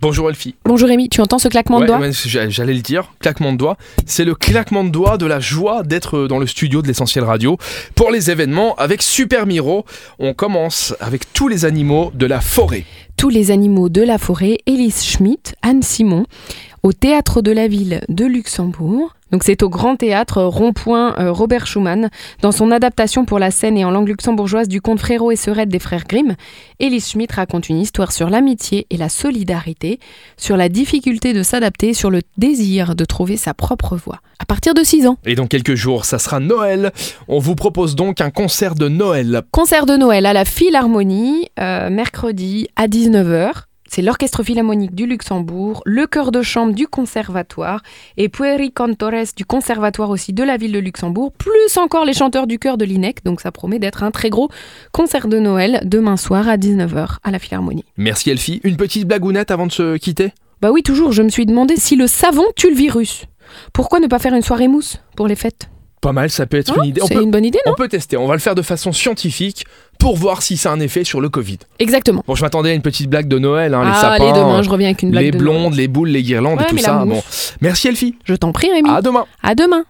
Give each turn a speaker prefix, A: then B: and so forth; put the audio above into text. A: Bonjour Elfie.
B: Bonjour Rémi, tu entends ce claquement
A: Ouais,
B: de doigts
A: ouais, j'a- J'allais le dire, claquement de doigts. C'est le claquement de doigts de la joie d'être dans le studio de l'essentiel radio pour les événements avec Super Miro. On commence avec tous les animaux de la forêt.
B: Tous les animaux de la forêt, Élise Schmitt, Anne Simon, au théâtre de la ville de Luxembourg. Donc c'est au Grand Théâtre euh, Rond-Point euh, Robert Schumann. Dans son adaptation pour la scène et en langue luxembourgeoise du conte Frérot et Sœurette des frères Grimm, Élise Schmitt raconte une histoire sur l'amitié et la solidarité, sur la difficulté de s'adapter, sur le désir de trouver sa propre voie. À partir de 6 ans.
A: Et dans quelques jours, ça sera Noël. On vous propose donc un concert de Noël.
B: Concert de Noël à la Philharmonie, euh, mercredi à 19h. C'est l'Orchestre Philharmonique du Luxembourg, le chœur de chambre du Conservatoire et Pueri Cantores du Conservatoire aussi de la ville de Luxembourg, plus encore les chanteurs du chœur de l'INEC. Donc ça promet d'être un très gros concert de Noël demain soir à 19h à la Philharmonie.
A: Merci Elfie. Une petite blagounette avant de se quitter
B: Bah oui, toujours, je me suis demandé si le savon tue le virus. Pourquoi ne pas faire une soirée mousse pour les fêtes
A: Pas mal, ça peut être
B: Hein
A: une idée. On
B: C'est
A: peut,
B: une bonne idée, non
A: on peut tester, on va le faire de façon scientifique pour voir si ça a un effet sur le Covid.
B: Exactement.
A: Bon, je m'attendais à une petite blague de Noël, hein, les
B: ah,
A: sapins,
B: allez, demain, je reviens avec une blague
A: les
B: de
A: blondes, les boules, les guirlandes,
B: Ouais,
A: tout Ah,
B: mais la
A: ça.
B: mousse.
A: Bon, merci Elfie.
B: Je t'en prie, Rémi.
A: À demain.
B: À demain.